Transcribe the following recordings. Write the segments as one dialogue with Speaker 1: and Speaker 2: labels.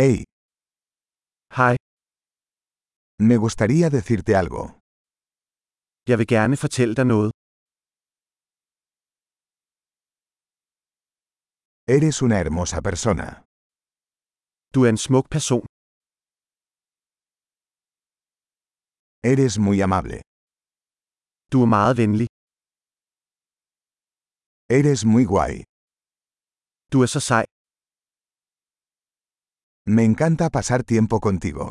Speaker 1: Hey,
Speaker 2: Hej,
Speaker 1: me gustaría decirte algo.
Speaker 2: jeg vil gerne fortælle dig noget.
Speaker 1: Eres una hermosa persona.
Speaker 2: Du er en smuk person.
Speaker 1: Eres muy amable.
Speaker 2: Du er meget venlig.
Speaker 1: Eres muy guay.
Speaker 2: Du er så sej.
Speaker 1: Me encanta pasar tiempo contigo.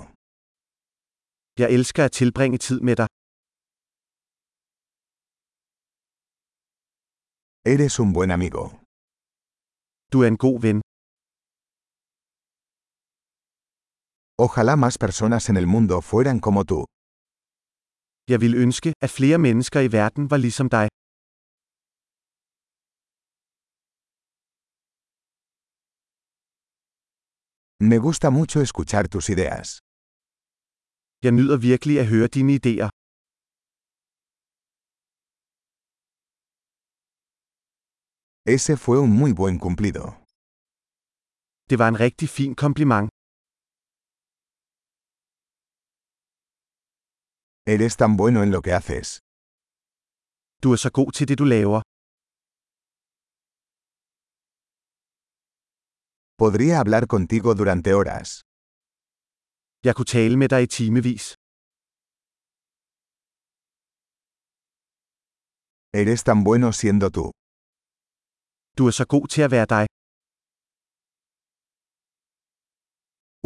Speaker 2: Jeg elsker at tilbringe tid med dig.
Speaker 1: Eres un buen amigo.
Speaker 2: Du er en god ven.
Speaker 1: Ojalá más personas en el mundo fueran como tú.
Speaker 2: Jeg vil ønske, at flere mennesker i verden var ligesom dig.
Speaker 1: Me gusta mucho escuchar tus ideas.
Speaker 2: Jeg nyder virkelig at høre dine idéer.
Speaker 1: Ese fue un muy buen cumplido.
Speaker 2: Det var en rigtig fin kompliment.
Speaker 1: Eres tan bueno en lo que haces.
Speaker 2: Du er så god til det, du laver.
Speaker 1: Podría hablar contigo durante horas.
Speaker 2: Jeg kunne tale med dig i timevis.
Speaker 1: Eres tan bueno siendo tú.
Speaker 2: Du er så god til at være dig.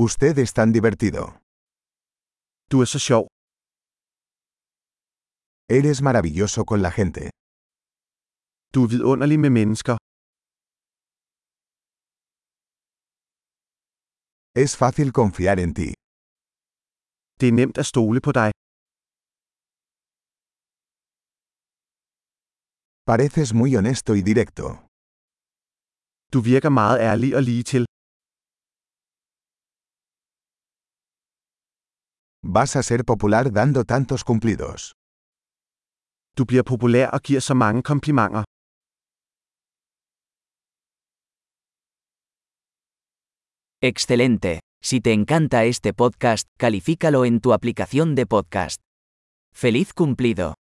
Speaker 1: Usted es tan divertido.
Speaker 2: Du er så sjov.
Speaker 1: Eres maravilloso con la gente.
Speaker 2: Du er vidunderlig med mennesker.
Speaker 1: Es fácil confiar en ti.
Speaker 2: Det er nemt at stole på dig.
Speaker 1: Pareces muy honesto y directo.
Speaker 2: Du virker meget ærlig og lige til.
Speaker 1: Vas a ser popular dando tantos cumplidos.
Speaker 2: Du bliver populær og giver så mange komplimenter.
Speaker 3: Excelente. Si te encanta este podcast, califícalo en tu aplicación de podcast. ¡Feliz cumplido!